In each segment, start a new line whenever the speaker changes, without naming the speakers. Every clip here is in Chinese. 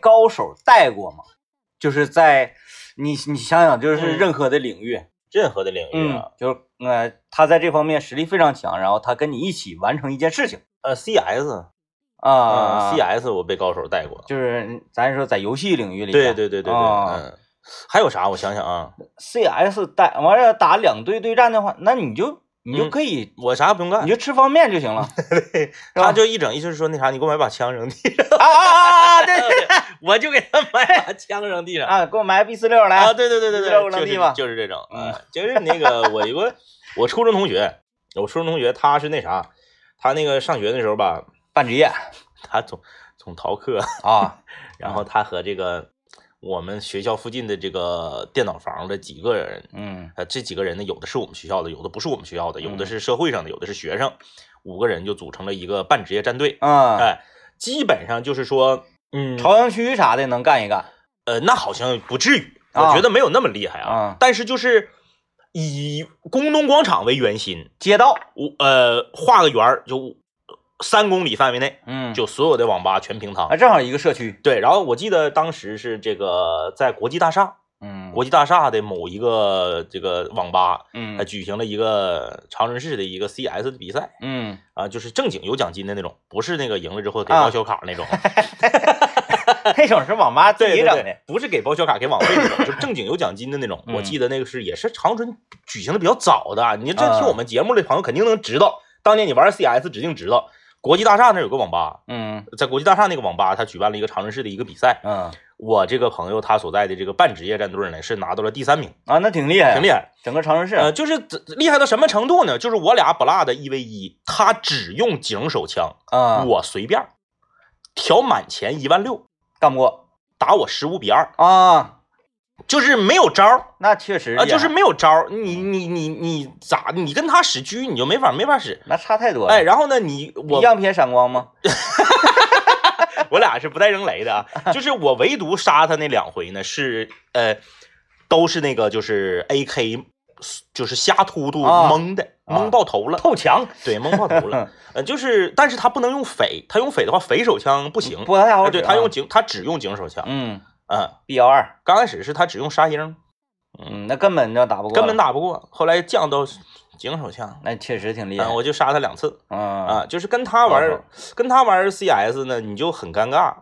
高手带过吗？就是在你你想想，就是
嗯
任何的领域，
任何的领域
嗯
啊，，
就是呃，他在这方面实力非常强，然后他跟你一起完成一件事情
呃，CS
啊
啊，CS 我被高手带过，
就是咱说在游戏领域里边，
对对对对对，
啊
嗯，还有啥？我想想啊，
CS 带完了打两队对战的话，那你就你就
嗯
可以、
我啥也不用干
你，就吃方便就行了。
他就一整一就是说那啥，你给我买把枪扔地 上，
啊啊啊啊！ 对对
我就给他买把枪扔地上。
啊，给我买 B 四六来。
啊，对对对对
你知道我
对，
能
就
力
是
吗
就是这种，
嗯
啊，就是那 个我有个我初中同学，我初中同学他是那啥，他那个上学的时候吧，
半职业
他总总逃课，
啊，
然后他和这个我们学校附近的这个电脑房的几个人，
嗯
呃，这几个人呢，有的是我们学校的，有的不是我们学校的，有的
嗯
是社会上的，有的是学生，五个人就组成了一个半职业战队，
啊，
哎，基本上就是说，嗯，
朝阳区啥的能干一干
呃，那好像不至于，我
啊
觉得没有那么厉害啊。
啊
但是就是以工农广场为圆心，
街道，
我呃画个圆儿，就三公里范围内，
嗯，
就所有的网吧全平躺。
啊，正好一个社区，
对，然后我记得当时是这个在国际大厦，
嗯，
国际大厦的某一个这个网吧，
嗯
它举行了一个长春市的一个 CS 的比赛
嗯，
啊，就是正经有奖金的那种，不是那个赢了之后给
啊
报销卡 那种。
那种是网吧自
对
己
对
整
对
的，，
不是给报销卡、给网费那种，就正经有奖金的那种。我
嗯
记得那个是也是长春举行的比较早的啊，你这
啊
听我们节目的朋友肯定能知道，当年你玩 CS 指定知道，国际大厦那儿有个网吧，
嗯
在国际大厦那个网吧，他举办了一个长春市的一个比赛。
嗯
我这个朋友他所在的这个半职业战队呢，是拿到了第三名，
啊，那挺厉害，
挺厉
害，
害。
整个长春市，啊
呃，就是厉害到什么程度呢？就是我俩不落的一 v 一，他只用警手枪，
啊，
呃我随便儿调满钱一万六，
干不过
打我十五比二，
啊，
就是没有招儿。
那确实
啊，就是
厉害
没有招儿，你你你你咋？你跟他使狙，你就没法没法使。
那差太多了，
哎，，然后呢，你我
一样偏闪光吗？
我俩是不带扔雷的 啊，就是我唯独杀他那两回呢，是呃，都是那个就是 A K，就是瞎突突
啊
蒙的，
啊
蒙爆头了，
透墙
对，蒙爆头 了。呃，就是，但是他不能用匪，他用匪的话，匪手枪不行。
不太好
啊，
使，
对他用，警，他只用警手枪。
嗯
嗯，
，B 幺二，
刚开始是他只用沙鹰，
嗯，那根本就打不过，
根本，打不过，后来降到警手枪。
那确实挺厉害
嗯，，我就杀他两次。
嗯
啊，就是跟他玩
高
儿，跟他玩儿 CS 呢，你就很尴尬，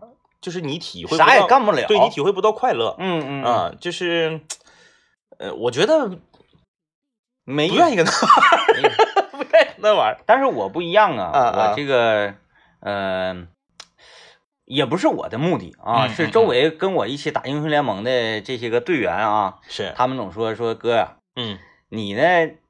就是你体会不
啥也
到
干不了，
对你体会不到快乐
嗯嗯，
啊，就是，呃，我觉得不
没意思
愿意跟他玩儿， 不愿意跟他玩儿，
但是我不一样啊，
啊啊
我这个，嗯、也不是我的目的啊，
嗯
是
嗯
周围跟我一起打英雄联盟的这些个队员啊，
是，
他们总说说哥呀、
嗯
你呢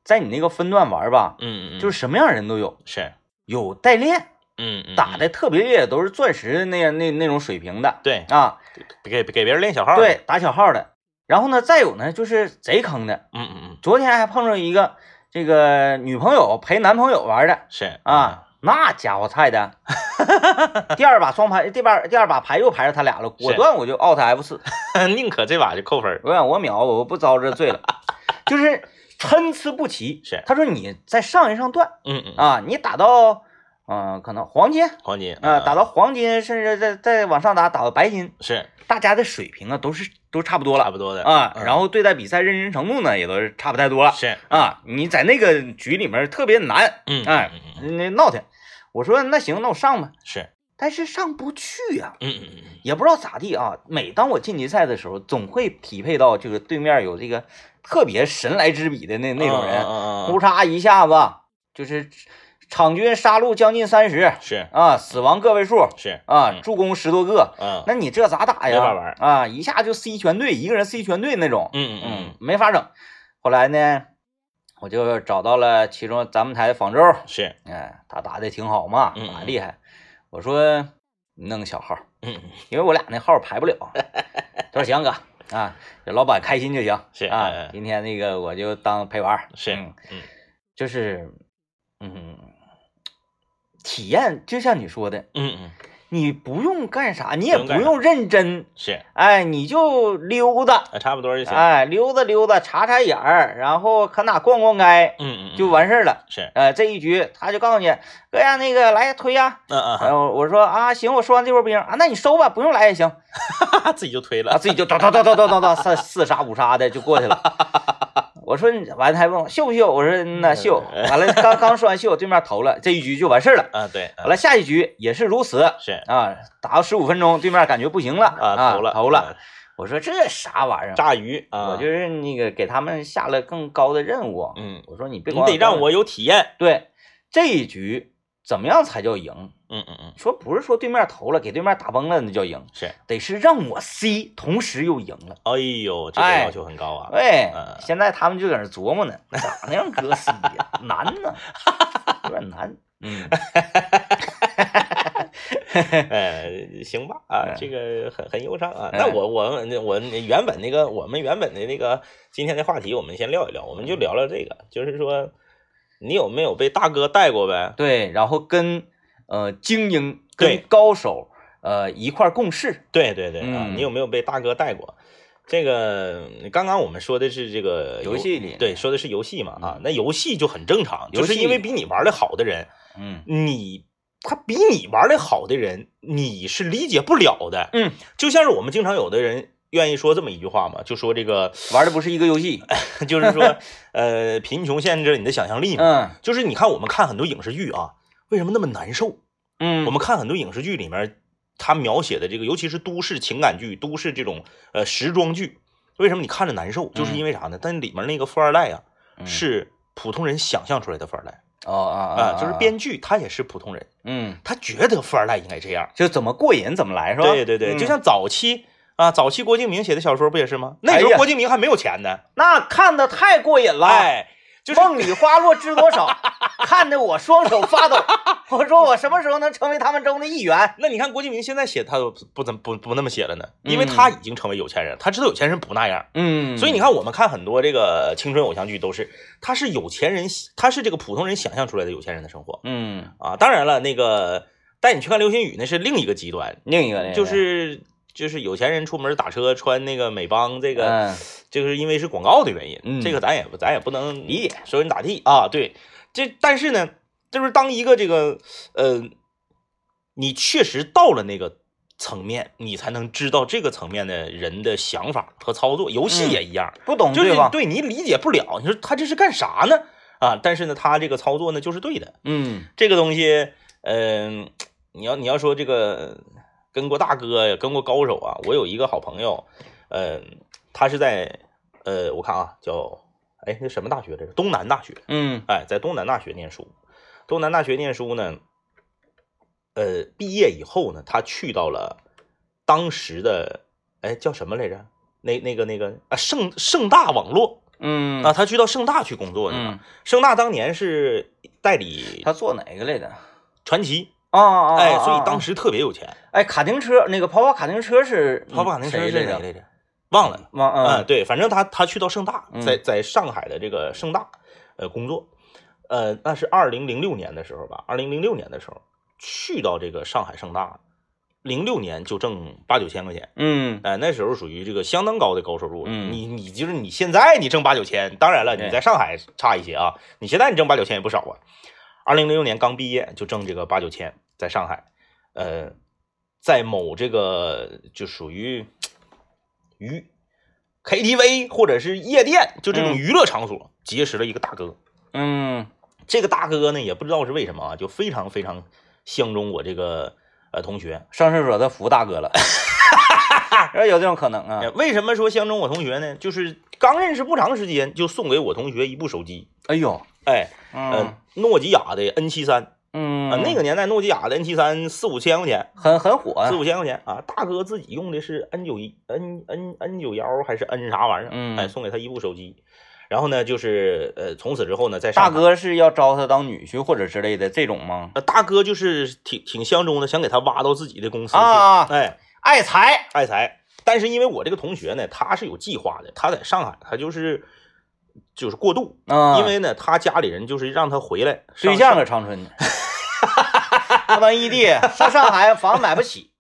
在你那个分段玩吧，
嗯嗯，
就是是什么样人都有，
是，
有代练，
嗯嗯
打
嗯
的特别烈，都是钻石那样那那种水平的
对，
啊，
给给别人练小号，，
对，打小号的，然后呢，再有呢就是贼坑的，
嗯嗯嗯，
昨天还碰上一个这个女朋友陪男朋友玩的，
是，
啊，那家伙菜的， 第二把双排，第二第二把牌又排着他俩了，果断我就 out F 四，
啊宁可这把就扣分儿，
我想我秒我不遭这 罪了，就是参差不齐。
是
他说你再上一上段
嗯嗯，
啊，你打到嗯、呃可能黄金啊、
黄金，
呃
嗯
打到黄金，甚至再再往上打打到白金，
是
大家的水平啊都是都差不多
差
了
不多的
啊，
嗯
然后对待比赛认真程度呢也都是差不太多了
是，
啊，你在那个局里面特别难，
嗯，
哎
嗯嗯嗯
那闹腾。我说那行，那我上吧。
是，
但是上不去呀、
嗯嗯嗯嗯，
也不知道咋地啊。每当我晋级赛的时候，总会匹配到这个对面有这个特别神来之笔的那那种
嗯
人，呼
人，
嚓一下子就是场均杀戮将近三十
是
啊，死亡个位数
是，
啊，
嗯
助攻十多个，
嗯
那你这咋打呀？
没法玩
啊，一下就 C 全队，一个人 C 全队那种，
嗯嗯
嗯
嗯，，
没法整。后来呢，我就找到了其中咱们台的方舟，
是，
哎，他打的挺好嘛，
嗯
打
嗯
厉害。我说你弄个小号，
嗯嗯。
因为我俩那号排不了。 他说行哥啊，这老板开心就行。
是哎
啊
哎，
今天那个我就当陪玩儿。
是，
嗯
嗯，
就是嗯，体验就像你说的，
嗯嗯，
你不用干啥，你也
不用
不
干啥
用认真，
是，
哎，你就溜达，
啊，差不多就行。
哎，溜达溜达，查查眼儿，然后可哪逛逛街，
嗯嗯，
就完事儿了。
是，
呃，这一局他就告诉你，哥呀，那个来推呀，
嗯嗯
然后我说啊，行，我收完这波兵啊，那你收吧，不用来也行。
嗯，自己就推
啊，
了。
自己就叨叨叨叨叨叨叨四四杀五杀的就过去 了。我说你完了还问我秀不秀？我说嗯呐 秀。完了刚刚说完秀，对面投了，这一局就完事儿了。
啊，对，
完了下一局也是如此
是
啊，打到十五分钟，对面感觉不行了
啊，投了
投了。，我说这啥玩意儿？
炸鱼啊，
我就是那个给他们下了更高的任务。
嗯，
我说你别
你
光
得让我有体验。
对这一局怎么样才叫赢？
嗯嗯嗯，
说不是说对面投了，给对面打崩了那叫赢，
是。
得是让我 C 同时又赢了。
哎呦，这个
哎
要求很高啊。
对
嗯，
现在他们就在那琢磨呢， 咋能让哥死呀？难 呢，有点难。嗯，
哎，行吧啊
哎，
这个很很忧伤啊。
哎
那我我们我原本那个我们原本的那个今天的话题，我们先聊一聊，我们就聊聊这个，就是说你有没有被大哥带过呗？
对，然后跟呃精英、
对
跟高手呃一块儿共事。
对对对啊，
嗯
你有没有被大哥带过？这个刚刚我们说的是这个
游戏里嗯
对，说的是游戏嘛啊，那游戏就很正常，
游
就
戏
是因为比你玩的好的人，
嗯
你他比你玩的好的人，你是理解不了的。
嗯，
就像是我们经常有的人愿意说这么一句话嘛，就说这个，
玩的不是一个游戏。
就是说， 呃，贫穷限制了你的想象力嘛。
嗯
就是你看我们看很多影视剧啊，为什么那么难受？
嗯，
我们看很多影视剧里面，他描写的这个，尤其是都市情感剧、都市这种呃时装剧，为什么你看着难受？就是因为啥呢？但里面那个富二代啊，
嗯
是普通人想象出来的富二代
哦啊
啊，就是编剧他也是普通人，
嗯，
他觉得富二代应该这样。
就怎么过瘾怎么来是吧？
对对对，
嗯
就像早期啊，早期郭敬明写的小说不也是吗？那时
哎
候
呀啊
郭敬明还没有钱呢，
那看的太过瘾了。
哎，就是
梦里花落知多少， 看得我双手发抖。 我说我什么时候能成为他们中的一员？
那你看郭敬明现在写他都不怎么不不那么写了呢，
嗯
因为他已经成为有钱人，他知道有钱人不那样，
嗯
所以你看我们看很多这个青春偶像剧都是，他是有钱人，他是这个普通人想象出来的有钱人的生活
嗯，
啊。当然了，那个带你去看流星雨那是另一个极端，
另一个
就是。就是有钱人出门打车穿那个美邦，
这
这个、就是因为是广告的原因，
嗯
这个咱也不咱也不能
理解
说人咋地啊？对，这但是呢，就是当一个这个呃，你确实到了那个层面，你才能知道这个层面的人的想法和操作。游戏
嗯
也一样，
不懂
就是
对方，
对你理解不了，你说他这是干啥呢？啊，但是呢，他这个操作呢就是对的，
嗯
这个东西，嗯、你要你要说这个跟过大哥呀，跟过高手啊，我有一个好朋友，嗯、他是在呃，我看啊，叫哎那什么大学来着？东南大学，
嗯
哎，在东南大学念书。东南大学念书呢，呃，毕业以后呢，他去到了当时的哎叫什么来着？那那个那个啊，盛盛大网络
嗯
啊，他啊去到盛大去工作去了。
嗯，
盛大当年是代理
他做哪个来的？
传奇，
啊啊，
哎，所以当
时
时特别有钱。
哎，卡丁车那个跑跑卡丁车是
跑跑卡丁
嗯
车
谁
是
来
哪
着？
来着？忘了。
忘
嗯，
啊
对，反正他他去到盛大，
嗯
在在上海的这个盛大，呃，工作，呃，那是二零零六年的时候吧，二零零六年的时候去到这个上海盛大，零六年就挣八九千块钱，
嗯
哎、那时候属于这个相当高的高收入了。
嗯
你你就是你现在你挣八九千，当然了，
对
你在上海差一些啊，你现在你挣八九千也不少啊。二零零六年刚毕业就挣这个八九千，在上海，呃，在某这个就属于娱 KTV 或者是夜店，就这种
嗯
娱乐场所，结识了一个大哥。
嗯
这个大哥呢，也不知道是为什么啊，就非常非常相中我这个呃同学。
上厕所他服大 哥了，这有这种可能啊
哎？为什么说相中我同学呢？就是刚认识不长时间，就送给我同学一部手机，
哎呦，
哎，
嗯
呃，诺基亚的 N 七三
嗯
啊，那个年代诺基亚的 N 七三四五千块钱，
很很火啊
四，五千块钱啊。大哥自己用的是 N 九一 N N N 九幺还是 N 啥玩意儿？
嗯
哎，送给他一部手机。然后呢，就是呃，从此之后呢，在上
大
海
哥是要招他当女婿或者之类的这种吗？
呃，大哥就是挺挺相中的，想给他挖到自己的公司去，
啊
哎，
爱财，
爱财。但是因为我这个同学呢，他是有计划的，他在上海，他就是就是过渡，
啊，
因为呢，他家里人就是让他回来上
对象搁长春呢，他们异地上上海房买不起，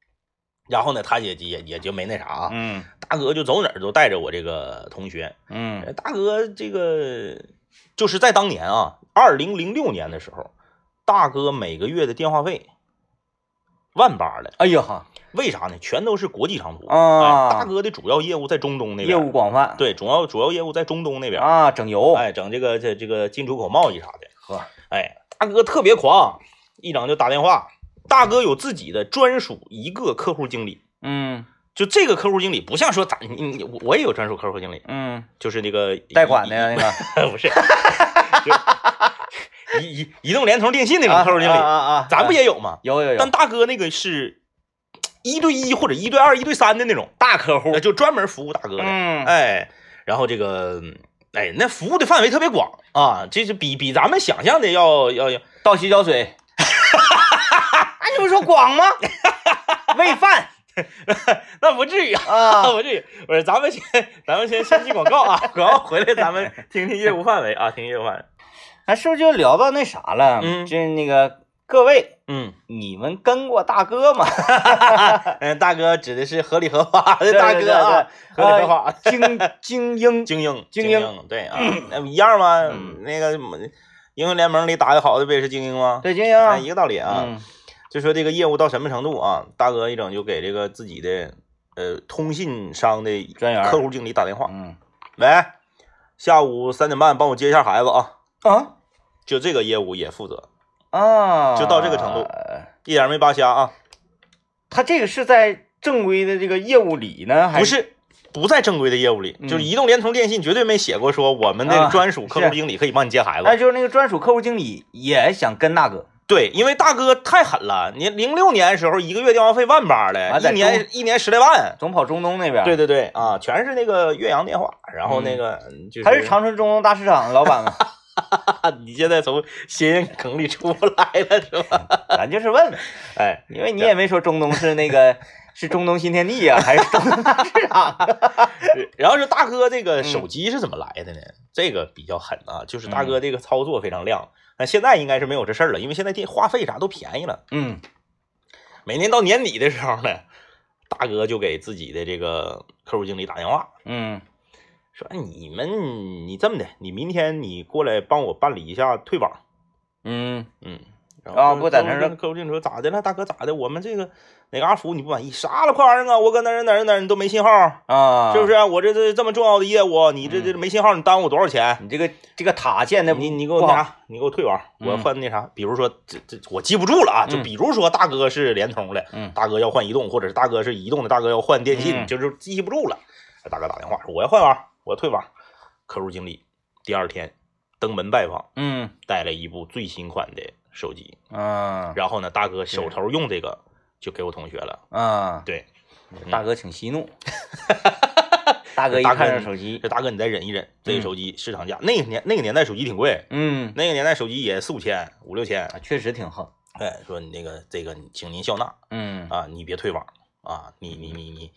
然后呢，他也也也就没那啥啊。
嗯
大哥就走哪儿都带着我这个同学。
嗯
呃大哥，这个就是在当年啊，二零零六年的时候，大哥每个月的电话费万八的，
哎呦哈，
为啥呢？全都是国际长途
啊
哎大哥的主要业务在中东那
业
边，
务广泛，
对，主要主要业务在中东那边，
啊，整油，
哎，整这个这这个进出口贸易啥的。
呵，
哎，大哥特别狂，一整就打电话。大哥有自己的专属一个客户经理，
嗯
就这个客户经理不像说咱你你我我也有专属客户经理，
嗯，
就是那个
贷款的那个
不是， 就移移移动、联通、电信那种客户经
啊
理，
啊啊，
咱不
也
也有吗？
有有有
但大哥那个是一对一或者一对二、一对三的那种，
大客户
呃就专门服务大哥的。
嗯
哎，然后这个，哎，那服务的范围特别广啊，这是比比咱们想象的要要要，
倒洗脚水， 那你不说广吗？喂 饭
那不至于啊，
啊，
不至于。我说咱们先，咱们先先进广告啊， 广告回来咱们听听业务范围啊，听听业务范围。
咱哎是不是就聊到那啥了？
嗯
就是那个各位，
嗯，
你们跟过大哥吗？
嗯，大哥指的是合理合法的
对
大
对
哥啊，合
对呃
理合法。
精精英，
精英，
精
英，
英
对啊，那不一样吗？
嗯
那个什么英雄联盟里打的好的不也是精英吗？
对精英啊
哎，一个道理啊。
嗯
就说这个业务到什么程度啊？大哥一整就给这个自己的呃通信商的
专员
客户经理打电话，
嗯
喂，下午三点半帮我接一下孩子啊。
啊
就这个业务也负责，
啊，
就到这个程度一点没扒瞎啊，
他这个是在正规的这个业务里呢，还
不是。不在正规的业务里，
嗯
就是移动、联通、电信绝对没写过说我们那
啊
个专属客
是
户经理可以帮你接孩子。
哎，就是那个专属客户经理也想跟大哥，
对，因为大哥太狠了，你零六年时候一个月电话费万八
啊
的，
在
一年一年十来万。
总跑中东那边。
对，对对啊，全是那个岳阳电话，然后那个嗯就是
他是长春中东大市场老板嘛，
啊，你现在从谐音梗里出不来了是吧？
咱就是问问，
哎，
因为你也没说中东是那个 是中东新天地啊，还是中东大市场啊？
然后是大哥这个手机是怎么来的呢？这个比较狠啊，就是大哥这个操作非常亮。那现在应该是没有这事儿了，因为现在电话费啥都便宜了。
嗯
每年到年底的时候呢，大哥就给自己的这个客户经理打电话，
嗯
说哎你们你这么的，你明天你过来帮我办理一下退网，
嗯
嗯。
啊
客户
不在那儿
客户客户经理说咋的了，大哥咋的？我们这个哪嘎服务你不满意？啥了，快玩意儿啊！我搁哪儿哪儿哪儿你都没信号，
啊，嗯
是不是？我这这这么重要的业务，你这这没信号，你耽误我多少钱？
你这个这个塔建的不，
你你给我
不
那
好
啥，你给我退网，我
嗯
换那啥。比如说这这我记不住了啊，就
嗯
比如说大哥是联通的，
嗯
大哥要换移动，或者是大哥是移动的，大哥要换电信，
嗯
就是记不住了。大哥打电话说我要换网，我要退网。客户经理第二天登门拜访，
嗯
带了一部最新款的手机，
啊
然后呢，大哥手头用这个就给我同学了。
啊，
对，
大哥挺息 怒，大哥一
嗯大哥
看上
你
手机，
这大哥你再忍一忍，这个手机市场价那个年那个年代手机挺贵，
嗯，
那个年代手机也四五千、五六千。
啊确实挺横，
哎，说你那个这个，请您笑纳
嗯
啊，你别退网啊，你你你你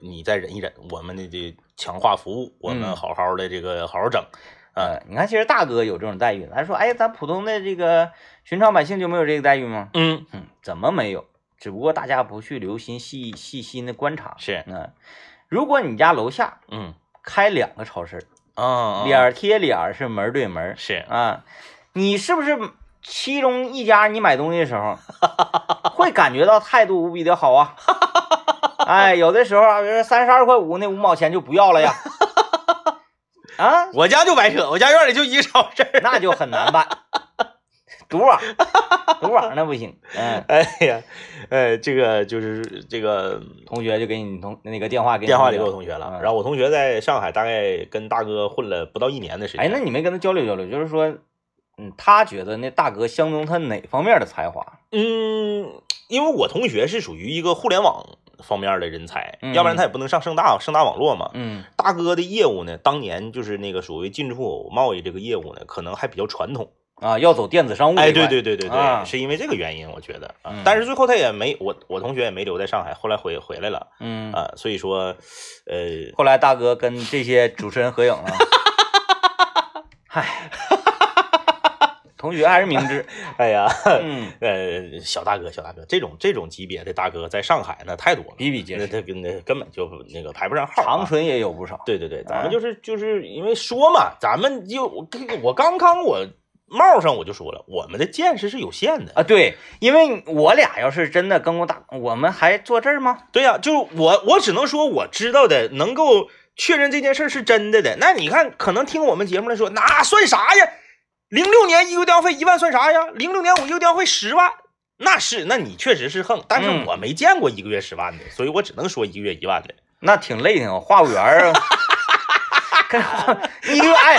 你再忍一忍，我们的这强化服务，我
嗯
们好好的这个好好整。啊
呃，你看，其实大哥有这种待遇，咱说，哎，咱普通的这个寻常百姓就没有这个待遇吗？
嗯，
嗯，怎么没有？只不过大家不去留心细细心的观察。
是，
嗯、如果你家楼下
嗯
开两个超市，
啊，
脸儿贴脸儿是门儿对门儿
是
啊，你是不是其中一家你买东西的时 候，会感觉到态度无比的好啊？哎，有的时候啊，比如说三十二块五那五毛钱就不要了 呀，啊，
我家就白扯，我家院里就一个超市。
那就很难办。赌网，赌网那不行。嗯，
哎呀，哎，这个就是这个
同学就给你同那个电话给你
电话里给我同学了
嗯。
然后我同学在上海大概跟大哥混了不到一年的时间。
哎，那你没跟他交流交流，就是说，嗯，他觉得那大哥相中他哪方面的才华？
嗯，因为我同学是属于一个互联网方面的人才，
嗯
要不然他也不能上盛大盛大网络嘛。
嗯
大哥的业务呢，当年就是那个所谓进出口贸易这个业务呢，可能还比较传统。
啊，要走电子商务这
哎，
一块。
对对对对对，
啊
是因为这个原因，我觉得。啊
嗯
但是最后他也没我我同学也没留在上海，后来回回来了
嗯。
啊、所以说，呃，
后来大哥跟 这些主持人合影了。嗨，同学还是明 智。
哎呀，
嗯，
呃，小大哥，小大哥，这种这种级别的大哥在上海那太多了，
比比皆
那
是。
他跟那根本就那个排不上号、
长
啊。
春也有不少。
对对对，咱
哎
们就是就是因为说嘛，咱们就我我刚刚我帽上我就说了，我们的见识是有限的。
啊，对，因为我俩要是真的跟我打，我们还坐这儿吗？
对呀、就是我我只能说我知道的，能够确认这件事儿是真的的。那你看，可能听我们节目来说，那算啥呀？零六年一个电话费一万算啥呀？零六年我一个电话费十万，那是那你确实是横，但是
嗯
我没见过一个月十万的，所以我只能说一个月一万的。
那挺累的，话务员儿啊。跟你就哎，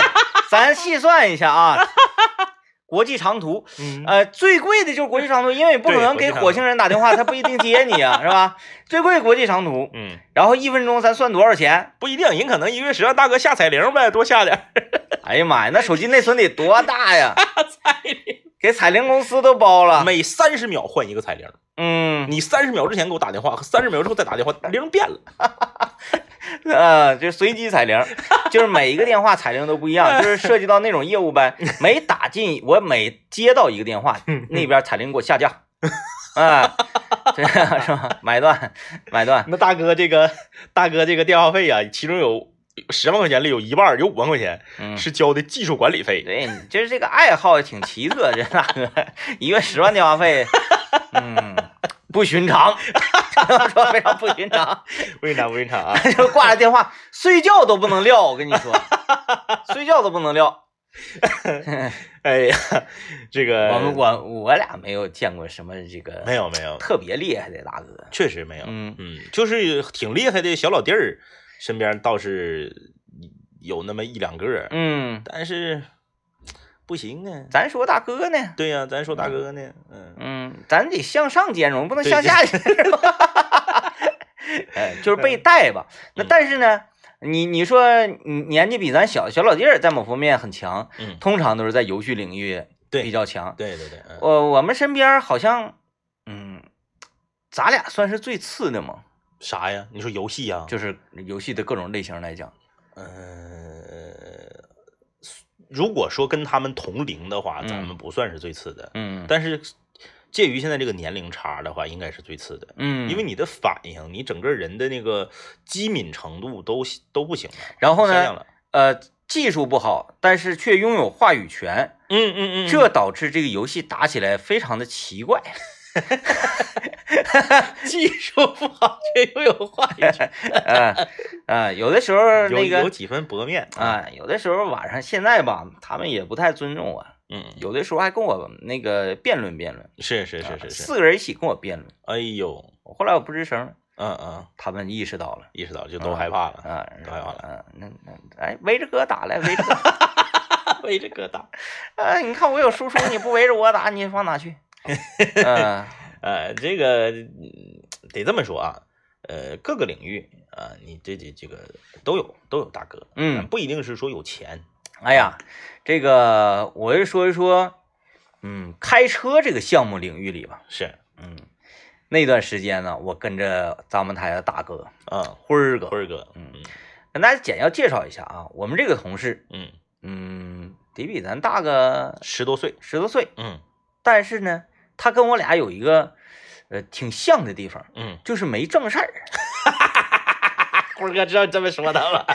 咱细算一下啊，国际长途，
嗯
呃，最贵的就是国际长途，因为你不可
对
能
国际
给
长
火星人打电话，他不一定接你啊，是吧？最贵国际长途，
嗯，
然后一分钟咱算多少钱？
不一定，人可能一个月十万，大哥下彩铃呗，多下点儿。
哎呀妈呀，那手机内存得多大呀！给 彩铃公司都包了。
每三十秒换一个彩铃，
嗯，
你三十秒之前给我打电话，和三十秒之后再打电话，铃变了。
呃，就随机彩铃，就是每一个电话彩铃都不一样，就是涉及到那种业务呗。每打进我每接到一个电话，那边彩铃给我下架，啊，对啊，是吧？买断，买断。
那大哥这个大哥这个电话费啊，其中有十万块钱里有一半儿有五万块钱
嗯，
是交的技术管理费。
对你就是这个爱好也挺奇特，这大哥一月十万电话费，嗯，不寻常， 说非常不寻常。
不认账不认 账啊！
就挂了电话，睡觉都不能撂。我跟你 说，睡觉都不能撂。
哎呀，这
我
个
们我我俩没有见过什么这个
呃没有没有，
特别厉害的大哥。
确实没有。
嗯，
嗯，就是挺厉害的小老弟儿，身边倒是有那么一两个儿，
嗯，
但是不行啊。
咱说大哥呢，
对呀、咱说大哥呢，嗯，
嗯，咱得向上兼容，不能
对
向下兼 容。哎，就是被带吧。那
嗯
但是呢，你你说你年纪比咱小，小老弟儿在某方面很强，
嗯
通常都是在游戏领域
对
比较强。
对对对，嗯
呃我我们身边好像，嗯，咱俩算是最次的嘛。
啥呀？你说游戏啊呀、
就是游戏的各种类型来讲，
呃，如果说跟他们同龄的话，
嗯
咱们不算是最次的，
嗯
但是介于现在这个年龄差的话，应该是最次的。
嗯，
因为你的反应，你整个人的那个机敏程度都都不行了，
然后
下降
呢，
了
呃，技术不好，但是却拥有话语权，
嗯 嗯嗯，
这导致这个游戏打起来非常的奇怪。
技术不好，却又有话语 权，
啊啊，有的时候
有
那
有
个
几分薄面，
啊，有的时候晚上现在吧，他们也不太尊重我，
嗯，
有的时候还跟我那个辩论辩论，
是是
啊
是是是，
四个人一起跟我辩论，
哎呦，
我后来我不吱声了，
嗯嗯，
他们意识到了。
意识到就都害怕了，
啊，
太好了
嗯，那那哎，围着哥打来，围着哥， 啊
围着疙瘩，
哎，你看我有输出，你不围着我打，你往哪去？嗯、
呃，这个嗯得这么说啊，呃，各个领域啊、你这这这个都有都有大哥，
嗯，
不一定是说有钱，
哎呀，这个我就说一说，嗯，开车这个项目领域里吧，
是，
嗯，那段时间呢，我跟着咱们台的大哥
嗯，
辉儿哥，
辉儿哥，
嗯
嗯
跟大家简要介绍一下啊，我们这个同事，
嗯，
嗯，得比咱大个
十多岁，
十多岁，
嗯
但是呢，他跟我俩有一个呃挺像的地方，
嗯，
就是没正事儿
辉儿哥知道这么说他了，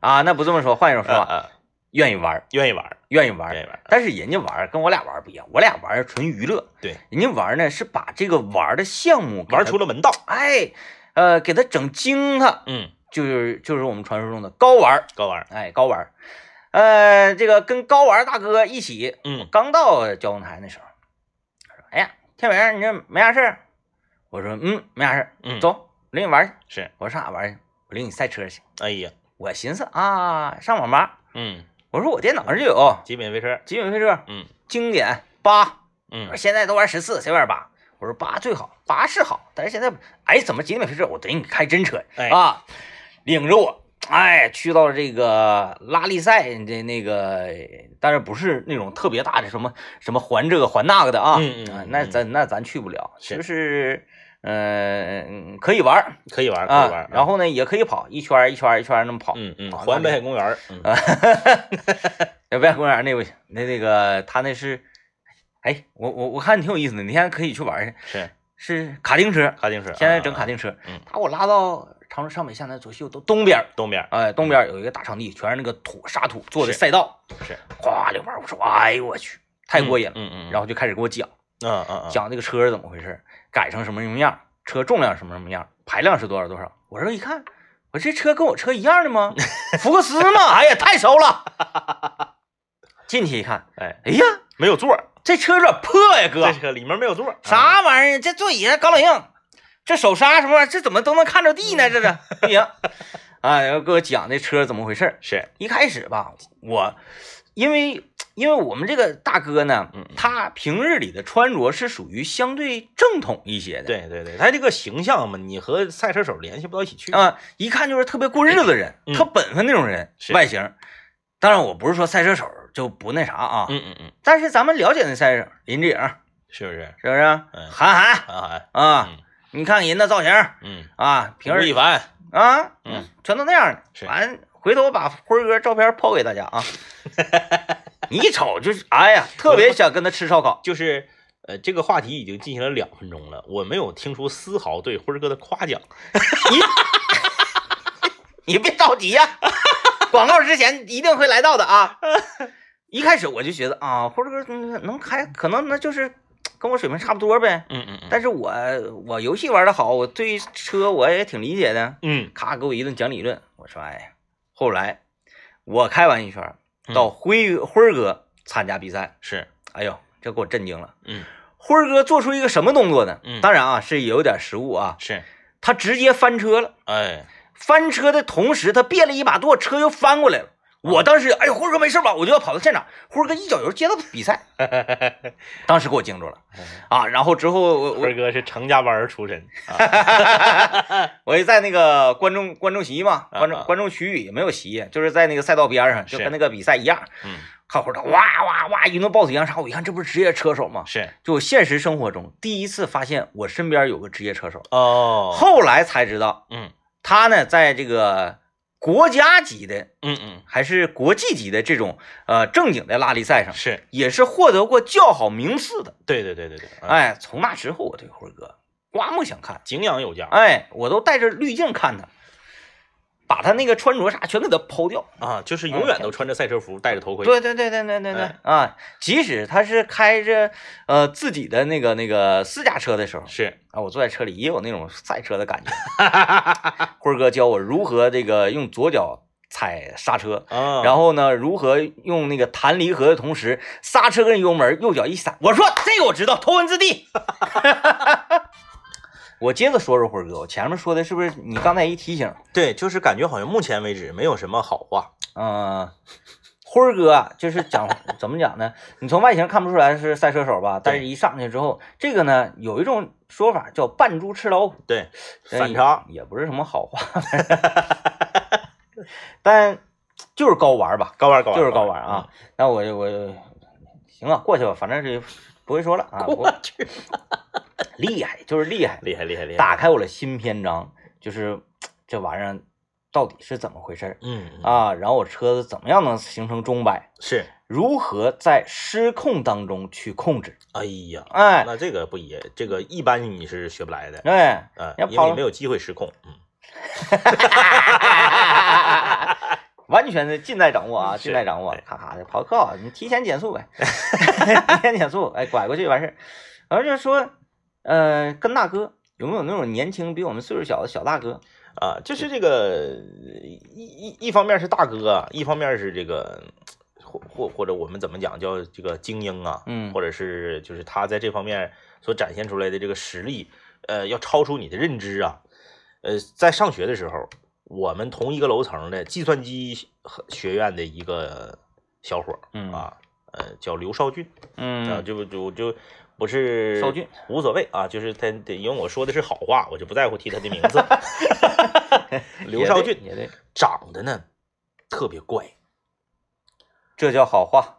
啊。那不这么说，换一种说法，
啊，
愿意玩儿，
愿意玩儿，
愿意玩儿
愿，意玩儿，
但是人家玩儿跟我俩玩儿不一样，我俩玩儿纯娱乐，
对，
人家玩儿呢是把这个玩儿的项目给
玩
它
出了门道，
哎，呃，给它整精它，
嗯，
就是就是我们传说中的高玩儿，
高玩儿，
哎，高玩儿，呃，这个跟高玩儿大哥一起，
嗯
刚到交通台那时候，他说，哎呀，天明，你这没啥事儿？我说，嗯，没啥事儿，
嗯，
走，领你玩儿去。
是，
我说上哪玩儿去？我领你赛车去。
哎呀，
我寻思啊，上网吧，
嗯，
我说我电脑上就有
极品飞车，
极品飞车
嗯
经典八。我说
嗯，
现在都玩十四，谁玩八？我说八最好，八是好，但是现在不哎，怎么几点回事？我等你开真车
哎
啊，领着我，哎，去到了这个拉力赛的那个，但是不是那种特别大的什么什么环这个环那个的啊？
嗯嗯
啊
嗯
那咱那咱去不了，
是
就是呃嗯可以玩儿
可以玩儿，可以玩
啊
儿，，
然后呢也可以跑一圈儿一圈儿一圈儿那么跑，
嗯嗯，
跑
环
那
北
里
海公园儿，嗯
啊，呃外公园那不行，那那个他那是，哎，我我我看挺有意思的，你现在可以去玩去，
是
是卡丁车，
卡丁车，
现在整
啊
卡丁车，
嗯
他给我拉到长春上北下南左西右东东边儿，
东边儿
哎，东边儿有一个大场地，全是那个土沙土做的
嗯是
赛道，
是
哗遛弯儿，我说哎呦我去，太过瘾了，
嗯嗯，
然
后
后就开始给我讲。
嗯嗯嗯，
讲这个车是怎么回事，改成什么什么样，车重量什么什么样，排量是多少多少。我这一看，我这车跟我车一样的吗？福克斯吗？哎呀，太熟了。进去一看，
哎，
哎呀，
没有座儿，
这车有点破呀，哥
这，车里面没有座儿，啊？
啥玩意儿？这座椅上高老硬，这手刹什么玩意儿？这怎么都能看着地呢？这是哎不行啊！然后给我讲这车怎么回事儿。
是
一开始吧，我因为因为我们这个大哥呢
嗯嗯，
他平日里的穿着是属于相对正统一些的，
对对对，他这个形象嘛，你和赛车手联系不到一起去，
啊，一看就是特别过日子的人，
嗯
特本分那种人，
是
外形。当然，我不是说赛车手就不那啥啊，
嗯嗯嗯，
但是咱们了解那赛车手，林志颖
是不是？
是不是？
嗯
韩寒
韩寒，
啊，
嗯
你看人的造型
嗯，
啊，平
吴亦
时
凡，
啊，
嗯，
全都那样
是
的。完，回头我把辉哥照片抛给大家 啊。你一瞅就是，哎呀，特别想跟他吃烧 烤。
就是。呃，这个话题已经进行了两分钟了，我没有听出丝毫对辉儿哥的夸奖。
你别着急呀、广告之前一定会来到的啊。一开始我就觉得啊，辉哥嗯能开，可能那就是跟我水平差不多呗。
嗯嗯嗯
但是我我游戏玩的好，我对车我也挺理解的。
嗯，
咔，给我一顿讲理论。我说哎呀，后来我开完一圈，
嗯
到辉辉哥参加比赛，
是，
哎呦，这给我震惊了。
嗯
辉哥做出一个什么动作呢？
嗯
当然啊，是有点失误啊，
是，
他直接翻车了。
哎，
翻车的同时，他别了一把舵，车又翻过来了。我当时，哎呦，辉哥没事吧？我就要跑到现场，辉哥一脚油接到比赛， 当时给我惊住了啊！然后之后我
辉
我
儿哥是程家班儿出身啊，
我就在那个观众观众席嘛，
啊
观众
啊
观众区域也没有席，就是在那个赛道边上，
是
就跟那个比赛一样。
嗯，
看会儿他哇哇哇一顿暴腿扬沙，我一看这不是职业车手吗？
是
就我现实生活中第一次发现我身边有个职业车手，
哦，
后来才知道
嗯
他呢在这个国家级的
嗯嗯，
还是国际级的这种呃正经的拉力赛上，
是
也是获得过较好名次的。
对对对对对，嗯，
哎，从那之后我对辉哥刮目相看，
敬仰有加
哎，我都带着滤镜看他，把他那个穿着啥全给他抛掉。
啊，就是永远都穿着赛车服，戴着头盔，
对对对对对对对
哎
啊！即使他是开着呃自己的那个那个私家车的时候
是，
啊，我坐在车里也有那种赛车的感觉。 辉哥教我如何这个用左脚踩刹车，
啊，
然
后
后呢，如何用那个弹离合的同时，刹车跟油门右脚一闪。我说这个我知道，头文字 D。我接着说说辉哥，我前面说的是不是你刚才一提醒？
对，就是感觉好像目前为止没有什么好话，
嗯、辉哥啊就是讲怎么讲呢？你从外形看不出来是赛车手吧，但是
对
一上去之后，这个呢有一种说法叫扮猪吃老虎，
对，
这
反差，
也不是什么好话，但就是高玩吧。
高玩高玩，
就是高玩啊，。那我就我就行啊，过去吧，反正是不会说了啊。我
我去，
厉害就是厉害，
厉害厉害厉害，
打，开我的新篇章，就是这玩意儿到底是怎么回事儿
嗯啊，
啊？然后我车子怎么样能形成钟摆？
是，
如何在失控当中去控制？
哎呀，
哎
那这个不一，这个一般你是学不来的，
哎，
嗯，
要
因
跑
为
了
你没有机会失控，嗯，
完全是尽在掌握啊，
是
尽在掌握
哎，
咔咔的跑客好，你提前减 速呗， 提前减速，哎，拐过去完事儿。然后就说，呃，跟大哥有没有那种年轻比我们岁数小的小大哥？
啊，就是这个一一一方面是大哥，啊一方面是这个或或或者我们怎么讲叫这个精英啊，
嗯
或者是就是他在这方面所展现出来的这个实力，呃，要超出你的认知啊。呃，在上学的时候，我们同一个楼层的计算机和学院的一个小伙儿
嗯
啊，呃，叫刘少俊啊，
嗯，
就就就不是
少俊
无所谓啊，就是他得因为我说的是好话，我就不在乎提他的名 字。刘
也
少
对
俊
也对，
长得呢特别怪，
这叫好话，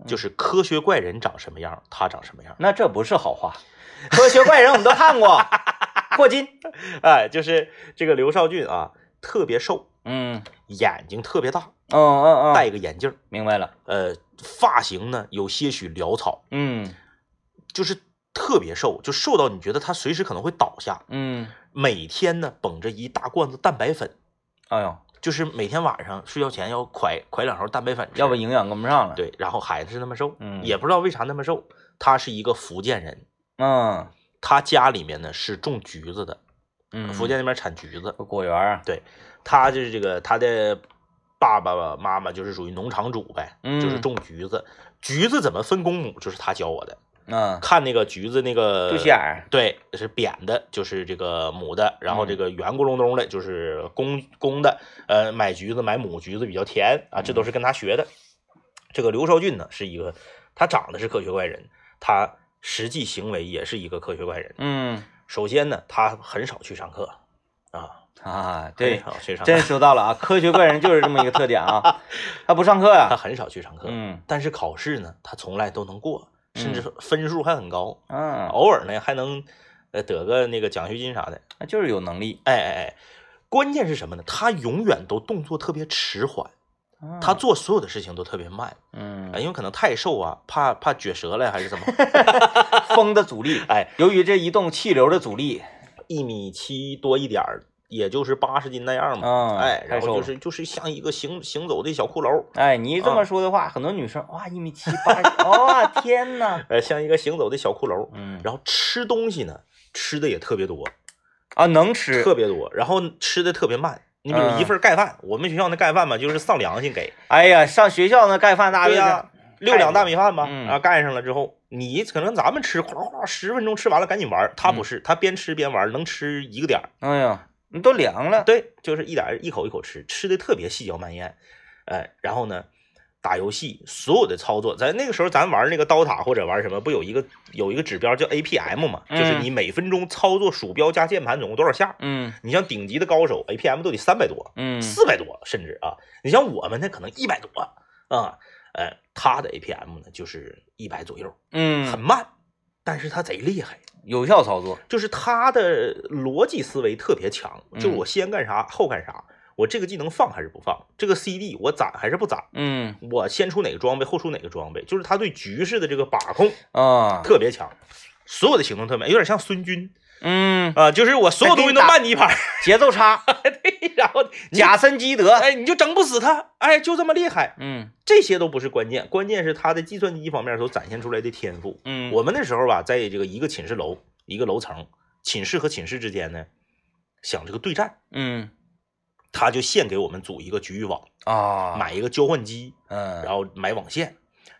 嗯
就是科学怪人长什么样，他长什么样。
那这不是好 话。科学怪人我们都看过，霍金，
哎，就是这个刘少俊啊，特别瘦，
嗯
眼睛特别大，
嗯嗯嗯，
戴个眼镜儿，
明白了，
呃，发型呢有些许潦草，
嗯
就是特别瘦，就瘦到你觉得他随时可能会倒下。
嗯，
每天呢捧着一大罐子蛋白粉，
哎呦，
就是每天晚上睡觉前要蒯蒯两勺蛋白粉吃，
要不营养跟不上了，，
对，然后孩子是那么瘦，
嗯
也不知道为啥那么瘦。他是一个福建人，
嗯
他家里面呢是种橘子的，
嗯，
福建那边产橘子。
果园啊，
他就是这个他的爸爸妈妈就是属于农场主呗，就是
嗯
种橘子。橘子怎么分公母，就是他教我的。
嗯，
看那个橘子那个
肚脐眼儿，
对，是扁的，就是这个母的，然
嗯
后这个圆咕隆咚的，就是公公的。呃，买橘子买母橘子比较甜啊，这都是
嗯
跟他学的。这个刘少俊呢，是一个他长得是科学怪人，他实际行为也是一个科学怪人。
嗯
首先呢，他很少去上课啊，
啊，
很
对，
少去上课，
真说到了啊，科学怪人就是这么一个特点 啊，他不上课呀，
他很少去上课。
嗯
但是考试呢，他从来都能过，甚至
嗯
分数还很高，
嗯，
偶尔呢还能呃得个那个奖学金啥的。
那就是有能力，
哎哎哎，关键是什么呢？他永远都动作特别迟缓，
嗯
他做所有的事情都特别慢，
嗯
啊，因为可能太瘦啊，怕怕撅折了呀还是 怎么？
风的阻力，
哎，
由于这一动气流的阻力，
一米七多一点儿，也就是八十斤那样嘛。
嗯，
哎，
太
然后
瘦
就
了。
是啊就是像一个行行走的小骷髅，
哎，你这么说的话，很多女生哇一米 七八，哇天呐，
呃，像一个行走的小骷髅。
嗯
然后吃东西呢，吃的也特别多，
啊能吃，
特别多，然后吃的特别慢。你比如一
嗯
份盖饭，我们学校那盖饭嘛，就是丧良心给，
哎呀，上学校那盖饭大
对
队
呀、
呀，
六两大米饭吧，
嗯
啊，盖上了之后，你可能咱们吃哗哗哗十分钟吃完了赶紧玩儿，他不
嗯
是，他边吃边玩儿，能吃一个点儿，
哎呀，你都凉了，
对，就是一点儿一口一口吃，吃的特别细嚼慢咽，哎，然后呢，打游戏所有的操作，咱那个时候咱玩那个刀塔或者玩什么，不有一个有一个指标叫 APM 嘛，就是
嗯
你每分钟操作鼠标加键盘总共多少下，
嗯
你像顶级的高手 APM 都得三百多，
嗯
四百多甚至啊，你像我们呢可能一百多啊，呃，他的 APM 呢就是一百左右，很
嗯，
慢，但是他贼厉害，
有效操作，
就是他的逻辑思维特别强，就是
嗯
我先干啥后干啥，我这个技能放还是不放，这个 CD 我攒还是不攒，
嗯
我先出哪个装备后出哪个装备，就是他对局势的这个把控
啊，
特别强。所有的行动特别，有点像孙军
嗯，
啊、就是我所有东西都慢你一拍，
节奏差，
然后你
贾森基德，
哎你就整不死他，哎就这么厉害，
嗯
这些都不是关键，关键是他的计算机方面所展现出来的天赋。
嗯，
我们那时候吧，在这个一个寝室楼、一个楼层，寝室和寝室之间呢，想这个对战，
嗯
他就现给我们组一个局域网，
啊，
买一个交换机，
嗯，
然后买网线、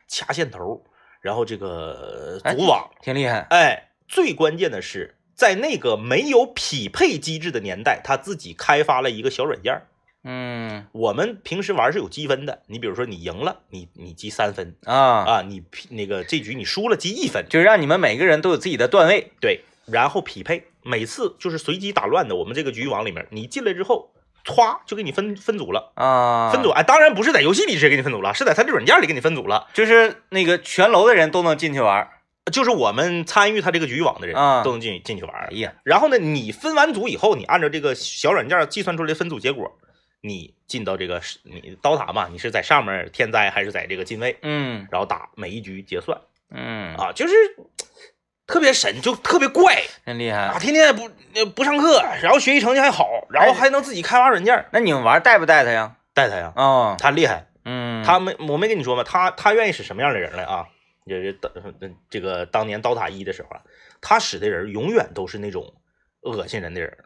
掐线头，然后这个
哎
组网。
挺厉害，
哎，最关键的是，在那个没有匹配机制的年代，他自己开发了一个小软件儿。
嗯
我们平时玩是有积分的，你比如说你赢了，你你积三分，
啊，
啊，你匹那个这局你输了积一分，
就是让你们每个人都有自己的段位，
对，然后匹配，每次就是随机打乱的。我们这个局网里面，你进来之后，歘就给你分分组了，
啊，
分组哎，当然不是在游戏里直接给你分组了，是在它这软件里给你分组了，
就是那个全楼的人都能进去玩儿。
就是我们参与它这个局网的人
啊
都能进进去玩
哎。呀，
然后呢，你分完组以后，你按照这个小软件计算出来的分组结果。你进到这个是你刀塔嘛？你是在上面天灾还是在这个近卫？
嗯
然后打每一局结算
嗯，
啊，就是特别神，就特别怪，
真厉
啊，
害。
天天不呃不上课，然后学习成绩还好，然后还能自己开发软件儿，
那你们玩儿带不带他呀？
带他呀，
啊，
他厉害，
嗯，
他没我没跟你说吗？他他愿意使什么样的人来啊？就是当嗯这个当年刀塔一的时候啊，他使的人永远都是那种恶心人的人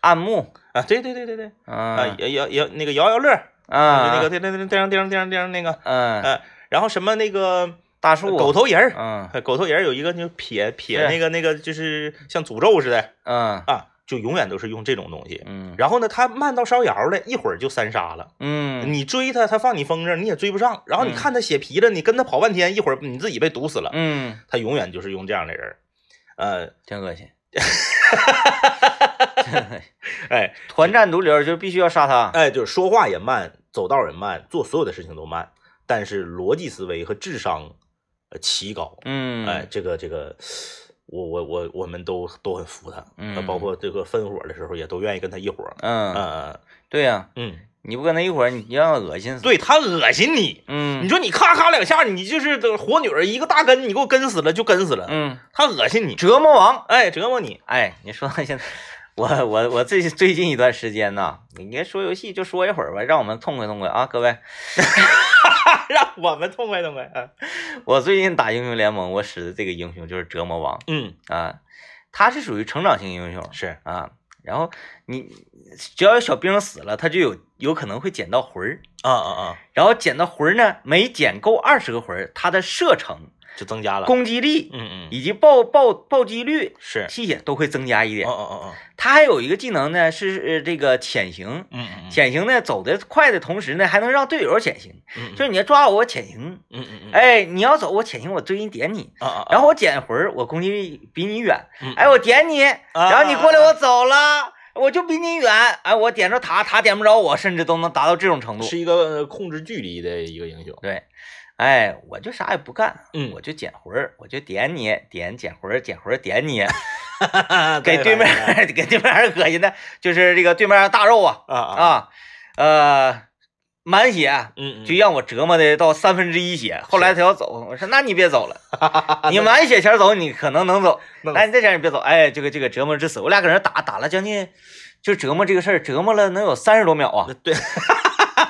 暗幕，
啊，对对对对对，啊
嗯
摇摇摇那个摇摇乐，就那
啊，
个叮叮叮叮叮叮叮那个，
嗯，
呃，然后什么那个
大树，
狗，头人儿，呃
嗯
狗头人儿有一个就撇撇
是
那个那个就是像诅咒似的
嗯
啊，就永远都是用这种东西，
嗯
然后呢，他慢到烧窑了，一会儿就三杀了。
嗯，
你追他，他放你风筝，你也追不上。然后你
嗯
看他血皮了，你跟他跑半天，一会儿你自己被毒死了。
嗯，
他永远就是用这样的人儿。呃，
真恶 心。
哎
团战毒瘤就是必须要杀他，
哎，就是说话也慢，走道也慢，做所有的事情都慢，但是逻辑思维和智商呃奇高。
嗯，
哎，这个这个，我我我我们都都很服他，呃
嗯
包括这个分伙的时候也都愿意跟他一伙儿，
嗯，
嗯
对呀，
嗯，
你不跟他一伙儿，你让他恶心死。
对他恶心你，你
嗯
说你咔咔两下，你就是这火女儿一个大跟，你给我跟死了就跟死了，
嗯，
他恶心你，
折磨王。
哎，折磨你，
哎，你说到现在，我我我最最近一段时间呐，你别说游戏就说一会儿吧，让我们痛快痛快啊，各位。
让我们痛快痛快，啊
我最近打英雄联盟，我使的这个英雄就是折磨王
嗯，
啊，他是属于成长型英雄
是，
啊。然后你只要有小兵死了，他就有有可能会捡到魂儿，
啊啊啊，
然后捡到魂儿呢，每捡够二十个魂儿，他的射程、
就增加了，
攻击力
嗯嗯，
以及爆爆暴击率、
是，
吸血都会增加一点
哦。哦哦哦，
他还有一个技能呢，是呃这个潜行，
嗯嗯
潜行呢，走得快的同时呢，还能让队友潜行。
嗯，
就是你要抓我，我潜行；
嗯嗯嗯，
哎，你要走，我潜行，我追你点你。
啊啊，
然后我捡魂儿，我攻击力比你远
嗯。啊
哎，我点你，然后你过来，我走了，我就比你远。哎，我点着塔，塔点不着我，甚至都能达到这种程度。
是一个控制距离的一个英雄，
对，哎，我就啥也不干，
嗯
我就捡魂儿，我就点你，点捡魂儿，捡魂儿点 你，给
给
对面 给对面恶心的，就是这个对面大肉啊
啊啊，
啊，呃，满血。
嗯嗯，
就让我折磨的到三分之一血，后来他要走，我说那你别走了， 你满血前走你可能能走，
弄
但你再前你别走，哎，这个这个折磨之死，我俩搁那打打了将近，就折磨这个事儿折磨了能有三十多秒啊
那，对，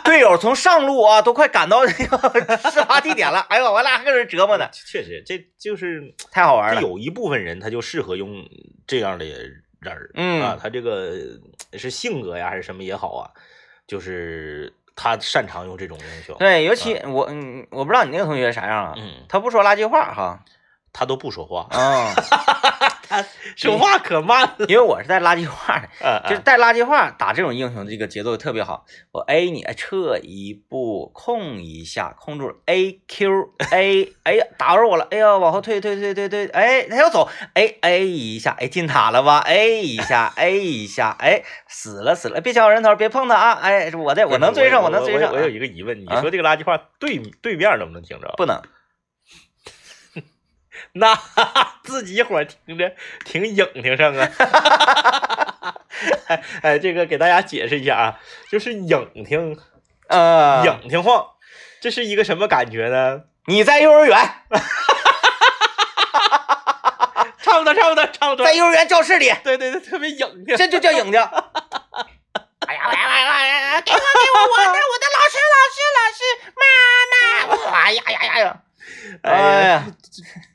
队友从上路啊都快赶到那个事发地点了，哎呦，我俩还搁这折磨呢，
确实，这就是
太好玩
这
了，
有一部分人他就适合用这样的人儿，
嗯
啊，他这个呃是性格呀还是什么也好啊，就是他擅长用这种英雄，
对，尤其我嗯，我不知道你那个同学啥样啊，
啊嗯，
他不说垃圾话哈，
他都不说 话，
啊，
说话可慢了，
因为我是带垃圾话的。
啊
就是带垃圾话打这种英雄，这个节奏特别好。我 A 你，哎撤一步，控一下，控住 A Q A，哎 呀，打着我了，哎呀，往后退退退退退，哎，他要走，A A 一下，哎，进塔了吧？A 一下，A 一下，哎，死了死了，别抢我人头，别碰他啊！哎，我的，我能追上，
我
能追上，
我有
啊
一个疑问，你
啊
说这个垃圾话对对面能不能听着？
不能，
那自己一会儿听着挺影挺 上啊。哎哎，这个给大家解释一下啊，就是影听
呃，
影听晃，这是一个什么感觉呢？
你在幼儿园，
差不多，差不多，差不多
在。幼儿园教室里，
对对对，特别影听。
这就叫影的。哎呀，哎呀，哎呀，哎呀，给我，给我，我的，我的老师，老师，老师，妈妈，哎呀呀呀呀！哎
哎呀，
呀，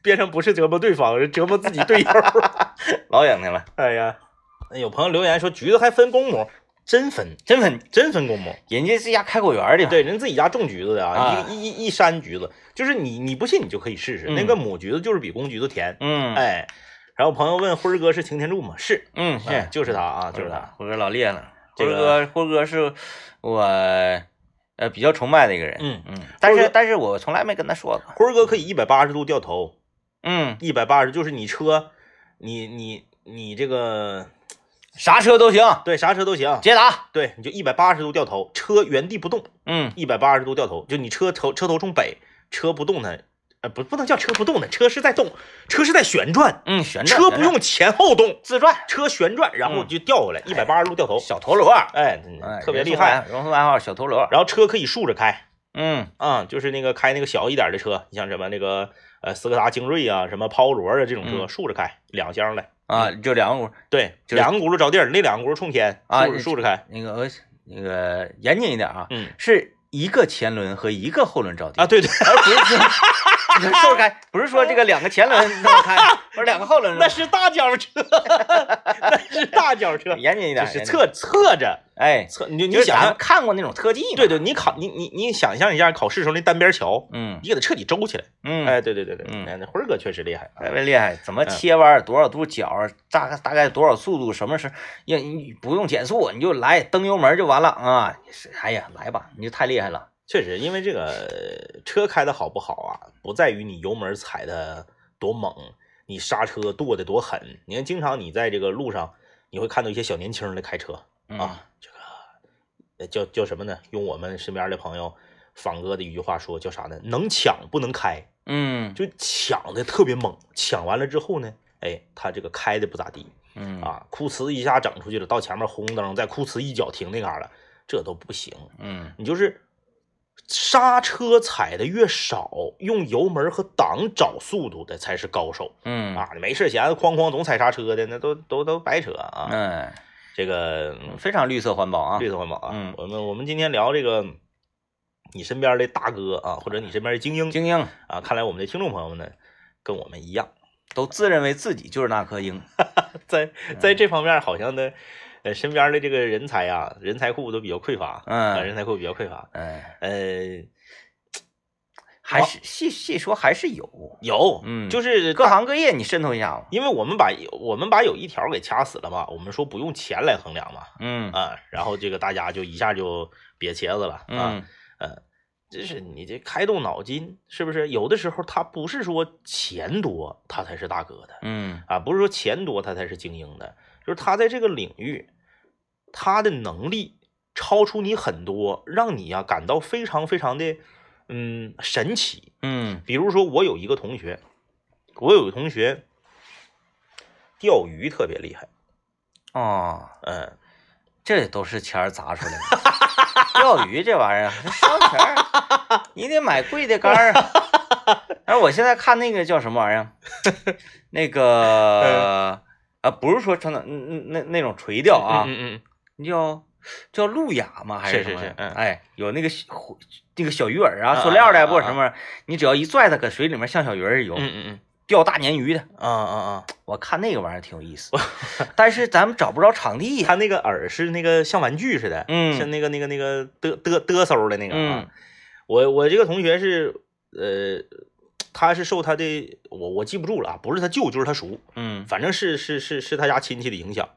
变成不是折磨对方，是折磨自己队 友。
老影的了，
哎呀，有朋友留言说橘子还分公母，真分，
真粉，
真分公母。
人家是家开果园的，，
对，人自己家种橘子的啊
啊，
一一一一山橘子，就是你你不信你就可以试试，
嗯
那个母橘子就是比公橘子甜。
嗯，
哎，然后朋友问辉儿哥是擎天柱吗？是，
嗯，
哎
是，
就是他啊，
就
就是是
他，
他。
辉哥老厉害了，
这
辉
个
哥，辉哥是我呃比较崇拜的一个人，
嗯
嗯，但
辉
是
哥
但是我从来没跟他说过，
辉儿哥可以一百八十度掉头，
嗯，
一百八十就是你车，你你你这个
啥车都行，
对啥车都行，
捷达，
对，你就一百八十度掉头，车原地不动，
嗯，
一百八十度掉头，就你车头车头冲北，车不动弹，呃，不不能叫车不动弹，车是在动，车是在旋转，
嗯，旋转，
车
旋
不
转
用前后动，
自转，
车旋转，然后
嗯
就掉回来，一百八十度掉头，
小陀螺，
哎，
哎
特别
人
厉
送
害。
外，人送外号小陀螺，
然后车可以竖着开，
嗯。
啊、就是那个开那个小一点的车，你像什么那个呃斯柯达精锐啊，什么抛罗啊这种车，
嗯
竖着开，两厢的，
啊，就两个股。
对，
就是
两个轱辘着地儿，那两个轱辘冲天，
啊
竖着竖着开，
那个呃那个严谨一点啊，
嗯
是一个前轮和一个后轮着地
啊，，对对，
而不是说 你说说开，不是说这个两个前轮那么 开，不是两个后轮
那
那
是大轿车，那是大轿车，
严谨一
就
点，
是
严谨
侧侧着
哎，
侧，你就
就
你
是
想
咱们
象，
看过那种特技嘛，
对对，你考你你你想象一下考试时候那单边桥，
嗯
你给它彻底周起来，
嗯，
哎，对对对对，
嗯
哎，那辉儿哥确实厉害啊，
特别厉害，怎么切弯儿多少度角儿，大概大概多少速度，什么时候要你不用减速，你就来蹬油门就完了啊！是哎呀，来吧，你就太厉害了，
确实，因为这个车开的好不好啊，不在于你油门踩的多猛，你刹车跺的多狠。你看，经常你在这个路上，你会看到一些小年轻的开车
嗯
啊，这个呃叫叫什么呢？用我们身边的朋友仿哥的一句话说，叫啥呢？能抢不能开，
嗯
就抢的特别猛，抢完了之后呢，哎，他这个开的不咋地
嗯
啊，库茨一下整出去了，到前面红灯，再库茨一脚停那嘎了，这都不行。
嗯
你就是刹车踩的越少，用油门和档找速度的才是高手
嗯
啊！你没事闲哐哐总踩刹车的，那都都都白扯啊！
嗯，
这个嗯
非常绿色环保啊
绿。色环保啊，
嗯
我们我们今天聊这个你身边的大哥啊，或者你身边的精英
精英
啊，看来我们的听众朋友们呢，跟我们一样，
都自认为自己就是那颗 鹰。
在
嗯
在这方面好像呢，呃，身边的这个人才啊，人才库都比较匮乏，啊，
嗯
人才库比较匮乏，
哎，
呃，
还是细细说还是有，
有，
嗯
就是
各行各业你渗透一下嘛。
因为我们把我们把有一条给掐死了嘛，我们说不用钱来衡量嘛，
嗯
啊，然后这个大家就一下就瘪茄子了啊，
嗯
呃，这是你这开动脑筋，是不是？有的时候他不是说钱多他才是大哥的
嗯
啊，不是说钱多他才是精英的，就是他在这个领域，他的能力超出你很多，让你啊感到非常非常的嗯神奇。
嗯
比如说，我有一个同学，我有个同学钓鱼特别厉害，
哦，
嗯，
这都是钱儿砸出来的。钓鱼这玩意儿烧钱儿，你得买贵的竿儿啊。但是我现在看那个叫什么玩意儿，那
哎
个啊，不是说传统嗯那那那种垂钓啊，
嗯嗯
叫叫路亚吗？还
是
什
是
么
是
呀？
嗯
哎，有那个小那个小鱼饵
啊
啊，塑料
啊啊
的或者
啊
什么玩意儿，你只要一拽它，搁水里面像小鱼儿游，
嗯嗯
钓大鲶鱼的。
嗯，啊啊啊！
我看那个玩意儿挺有意思，但是咱们找不着场地呀。
他那个饵是那个像玩具似的，
嗯
像那个那个那个嘚嘚嘚嗖的那个啊
嗯。
我我这个同学是呃，他是受他的我我记不住了啊，不是他舅就是他叔，
嗯
反正是是是是他家亲戚的影响。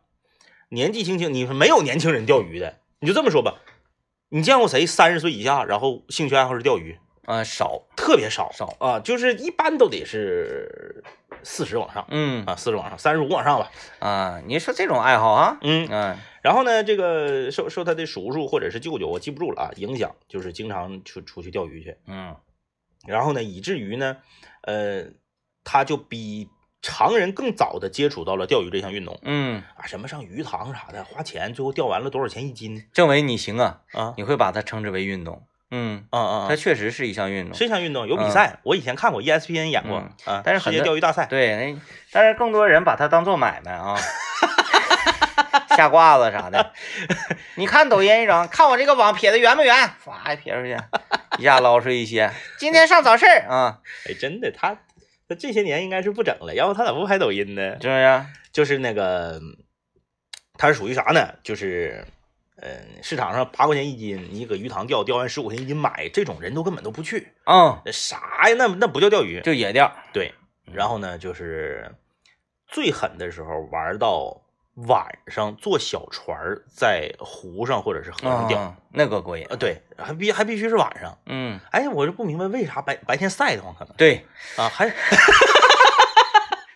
年纪轻轻，你没有年轻人钓鱼的，你就这么说吧，你见过谁三十岁以下，然后兴趣爱好是钓鱼，
啊，少
特别少
少，
啊，就是一般都得是四十往上
嗯
啊，四十往上，三十五往上吧，
啊，你说这种爱好啊，
嗯。
嗯
然后呢，这个受受他的叔叔或者是舅舅，我记不住了啊，影响就是经常出出去钓鱼去，
嗯
然后呢，以至于呢，呃，他就比常人更早的接触到了钓鱼这项运动
嗯，
啊，什么上鱼塘啥的，花钱，最后钓完了多少钱一斤
政委你行啊，
啊？
你会把它称之为运动，嗯，
啊啊
它
啊！
确实是一项运动，
是一项运动，有比赛，我以前看过，ESPN ，E 演过、啊，
但是
世
很
界
多
钓鱼大赛，
对，那但是更多人把它当做买卖啊， 下挂子啥的，你看抖音一整，看我这个网撇的圆不圆，唰一撇出去，一下捞出一些，今天上早市儿啊，
哎，真的，他他这些年应该是不整了，要不他咋不拍抖音呢？
是不啊是？
就是那个，它是属于啥呢？就是，嗯，市场上八块钱一斤，你搁鱼塘钓，钓完十五块钱一斤买，这种人都根本都不去，
嗯，
那啥呀？那那不叫钓鱼。
就野钓，
对，然后呢，就是最狠的时候玩到晚上，坐小船儿在湖上或者是河上钓。
嗯，那个过瘾，
啊，对，还必还必须是晚上。
嗯，
哎，我就不明白为啥白白天晒得慌，可能
对。
啊，还
它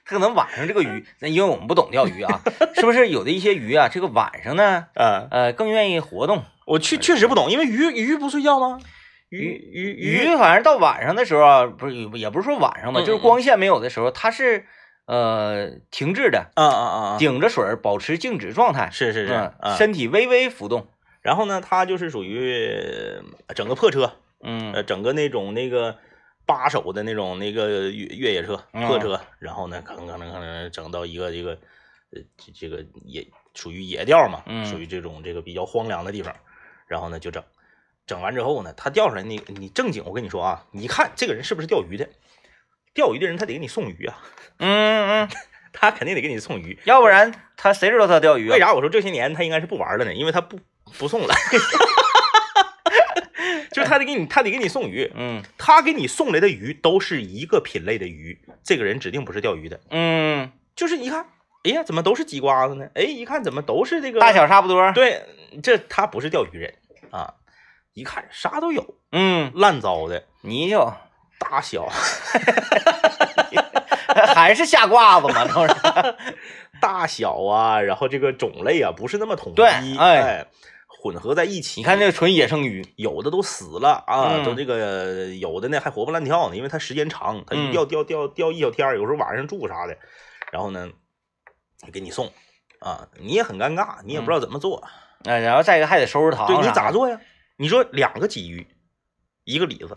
可能晚上这个鱼，那因为我们不懂钓鱼啊，是不是有的一些鱼啊，这个晚上呢，
啊，
呃，更愿意活动。
我确确实不懂，因为鱼鱼不睡觉吗？鱼鱼鱼
鱼反正到晚上的时候啊，不是也不是说晚上吧，
嗯
就是光线没有的时候，它是呃停滞的，
啊啊啊啊！
顶着水儿保持静止状态，
是是是
嗯
啊。
身体微微浮动。
然后呢，它就是属于呃整个破车，呃，
嗯
整个那种那个八手的那种那个越越野车
嗯
破车，然后呢，吭吭吭吭吭整到一个这个呃这这个野属于野钓嘛，
嗯
属于这种这个比较荒凉的地方，然后呢就整。整完之后呢，他钓上来那你正经，我跟你说啊，你看这个人是不是钓鱼的？钓鱼的人他得给你送鱼啊，
嗯嗯，
他肯定得给你送鱼。
要不然它谁知道它钓鱼
为
啊？
啥我说这些年他应该是不玩了呢？因为他不不送了， 就是他得给你，他得给你送鱼，
嗯
他给你送来的鱼都是一个品类的鱼，这个人指定不是钓鱼的。
嗯，
就是一看，哎呀，怎么都是鸡瓜子呢？哎，一看怎么都是这个
大小差不多。
对，这他不是钓鱼人啊，一看啥都有，
嗯，
烂糟的，
你就
大小
还是下挂子嘛，这不是？
大小啊，然后这个种类啊，不是那么统一，
对哎
哎，混合在一起。
你看这个纯野生鱼，
有的都死了啊，
嗯
都这个有的呢还活蹦乱跳呢，因为它时间长，它一
嗯
钓钓钓钓一小天儿，有时候晚上住啥的，然后呢，给你送啊，你也很尴尬，你也不知道怎么做，
哎，然后再一个还得收拾糖嗯啥
对
的，
你咋做呀？你说两个鲫鱼，一个李子，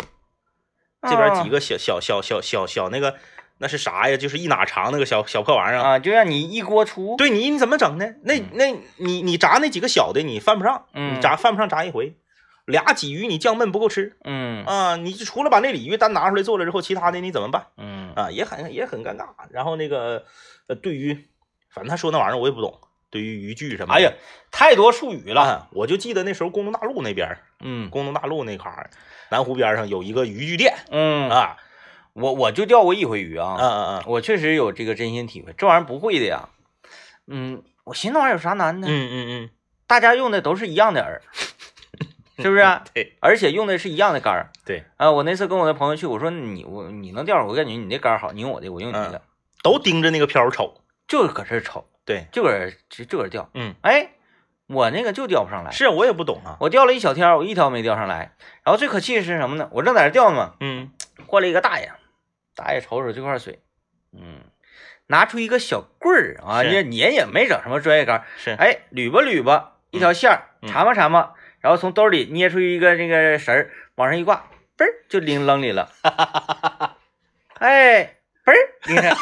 这边几
个
个小小小小小小那个那是啥呀？就是一哪长那个小小破玩意儿啊。
啊，就让你一锅出，
对你你怎么整呢？那
嗯
那你你炸那几个小的你犯不上，
嗯
你炸犯不上炸一回，俩鲫鱼你酱焖不够吃
嗯
啊！你就除了把那鲤鱼单拿出来做了之后，其他的你怎么办
嗯
啊？也很也很尴尬。然后那个呃，对于反正他说那玩意儿我也不懂，对于渔具什么的，
哎呀，太多术语了，
啊，我就记得那时候工农大路那边儿，
嗯
工农大路那块儿，南湖边儿上有一个渔具店
嗯，
啊，
我我就钓过一回鱼
嗯
啊，
嗯嗯
我确实有这个真心体会，这玩意儿不会的呀，嗯，我寻思那玩意儿有啥难的？
嗯嗯嗯，
大家用的都是一样的饵， 是不是啊？
对
而且用的是一样的杆儿。
对，
啊，我那次跟我的朋友去，我说你我你能钓上，我感觉你那杆儿好，你用我的，我用你
嗯
的，
都盯着那个漂儿瞅，
就是搁这儿瞅，
对，
就搁这儿就就搁这儿钓。
嗯，
哎，我那个就钓不上来，
是啊我也不懂啊，
我钓了一小天儿，我一条没钓上来。然后最可气的是什么呢？我正在这钓呢嘛，
嗯
过来一个大爷，大爷瞅瞅这块水，嗯，拿出一个小棍儿啊，
是
也也也没整什么专业杆儿，
是，
哎，捋吧捋吧，一条线儿，
嗯
缠吧缠吧，然后从兜里捏出一个那个绳儿，往上一挂，嘣儿就拎扔里 了，哎，嘣儿拎上，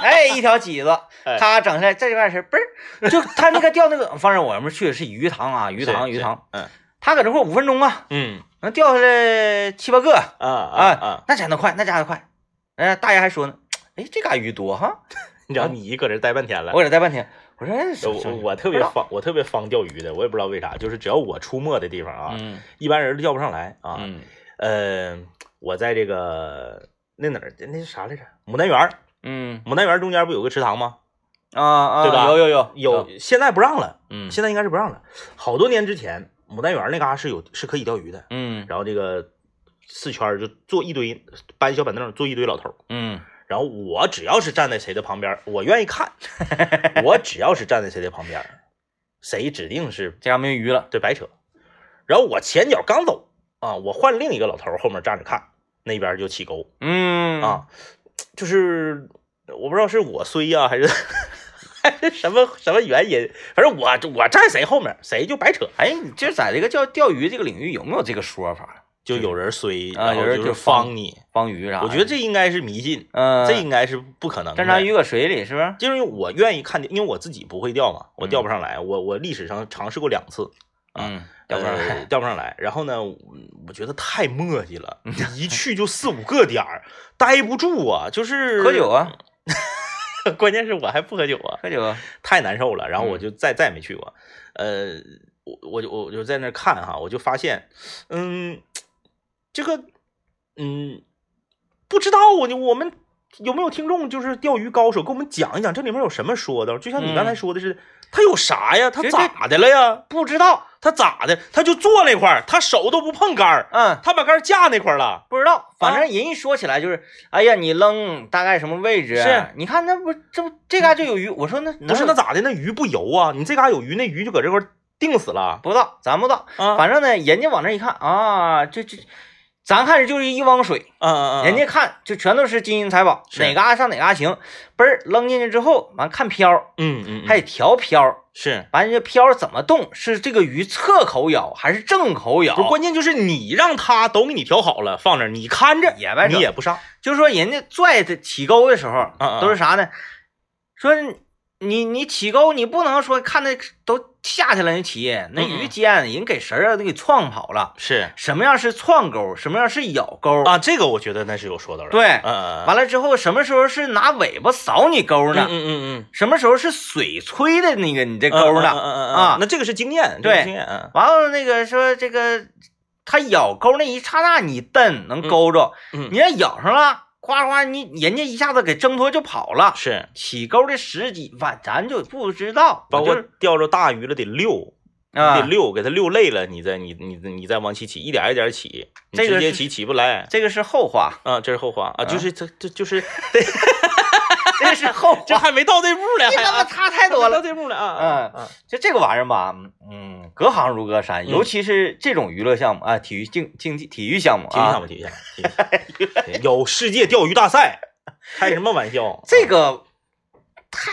哎，一条鲫子
哎，
他整下来在这块儿是嘣儿，就他那个钓那个，反正我们去的是鱼塘啊，鱼塘
是
鱼塘，，
是嗯
他搁这块儿五分钟啊，
嗯
能钓下来七八个，
啊啊
啊
啊，
那家的快，那家的快，哎，大爷还说呢，哎，这嘎鱼多哈，
然后你一搁这儿待半天了
我。搁这待半天，我说哎，什么
我我我特别方，我特别方钓鱼的，我也不知道为啥，就是只要我出没的地方啊，
嗯
一般人都钓不上来啊。
嗯
呃，我在这个那哪儿，那是啥来着？牡丹园儿，
嗯
牡丹园儿中间不有个池塘吗？
啊啊，
对吧
有有有
有，，现在不让了，
嗯
现在应该是不让了。好多年之前，牡丹园儿那嘎是有是可以钓鱼的，
嗯
然后这个四圈儿就坐一堆，搬小板凳儿坐一堆老头儿。
嗯
然后我只要是站在谁的旁边儿，我愿意看。 我只要是站在谁的旁边儿，谁指定是
这家没有鱼了，
对白扯。然后我前脚刚走啊，我换另一个老头儿后面站着看，那边就起钩
嗯，
啊，就是我不知道是我衰呀、还是还是什么什么原因，反正我我站谁后面谁就白扯，
哎，你这在这个叫钓鱼这个领域有没有这个说法？
就有人衰，
啊
然后
有人
就
就是方
方你。
帮鱼啥的？
我觉得这应该是迷信，
嗯，
这应该是不可能的。
正常鱼搁水里是不啊是？
就是我愿意看见，因为我自己不会钓嘛，我钓不上来。我我历史上尝试过两次，啊
嗯，要不然
呃钓不上来。然后呢，我我觉得太磨叽了，一去就四五个点儿，待不住啊。就是
喝酒，啊，
关键是我还不喝酒啊，
喝酒啊，
太难受了。
嗯
然后我就再再也没去过。呃，我我就我就在那儿看哈，我就发现，嗯，这个，嗯，不知道我就我们。有没有听众就是钓鱼高手，给我们讲一讲这里面有什么说的？就像你刚才说的是，他有啥呀？他
嗯这这
咋的了呀？
不知道，
他咋的？他就坐那块儿，他手都不碰杆儿，
嗯。
他把杆儿架那块儿了。
不知道，反
啊
正人一说起来就是，哎呀，你扔大概什么位置？
是，
你看那不这不这嘎就有鱼，我说那
不是那
那
咋的？那鱼不游啊？你这嘎有鱼，那鱼就搁这块儿定死了
不知道，咱不知道，
啊！
反正呢，人家往那一看啊，这这，咱看着就是一汪水，
啊啊啊！
人家看就全都是金银财宝，
是
哪嘎上哪嘎行，嘣儿扔进去之后，完看漂，
嗯嗯，嗯
还得调漂，
是
完这漂怎么动？是这个鱼侧口咬还是正口咬？
不是关键就是你让他都给你调好了，放那儿你看着，
也白扯
你也不上。
就是说人家拽的起钩的时候
嗯，
都是啥呢？说你你起钩，你不能说看那都下去了，你起那
嗯嗯
鱼尖，人给绳儿都给撞跑了。
是
什么样是窜钩，什么样是咬钩？
啊，这个我觉得那是有说道的。
对
嗯，嗯，
完了之后，什么时候是拿尾巴扫你钩
嗯嗯
呢？
嗯嗯
什么时候是水吹的那个你这
嗯，
钩
嗯
呢？
嗯嗯嗯
啊
那这个是经验，这
对
个是经验，嗯
完了那个说这个，它咬钩那一刹那你蹬能勾着，
嗯
你要咬上了，夸夸你人家一下子给挣脱就跑了。
是，
起钩的时机，反咱就不知道，
包
我
括
就是
钓着大鱼了得遛，
啊
你得，遛，给它遛累了，你再你你你再往起起，一点一点起，你
这个
直接
是
起起不来。
这个是后
，
话
啊，这是后话啊，就是这这就是
这是后
这
话，
还没到这步呢，
这
还
他妈
啊
差太
还没
多
到
了。
这步呢啊，嗯
就这个玩意儿吧，嗯，隔行如隔山，
嗯
尤其是这种娱乐项目啊，体育竞竞技体育项目
体育项
啊，
目，体育项啊目，体育项目有世界钓鱼大赛，开什么玩笑？
这个太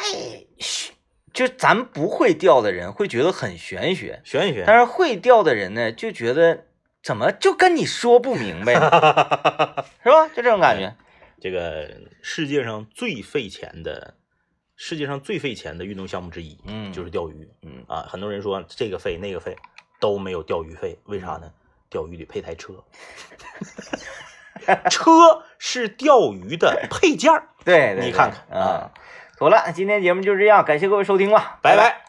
玄，就咱不会钓的人会觉得很玄学，
玄一玄，
但是会钓的人呢，就觉得怎么就跟你说不明 白呢，是吧？就这种感
哎
觉。
这个世界上最费钱的，世界上最费钱的运动项目之一，
嗯
就是钓鱼
嗯
啊。很多人说这个费那个费都没有钓鱼费，为啥呢？钓鱼得配台 车，车是钓鱼的配件儿。
对，对
你看看啊
对啊，妥了，今天节目就这样，感谢各位收听吧，
拜
拜
拜。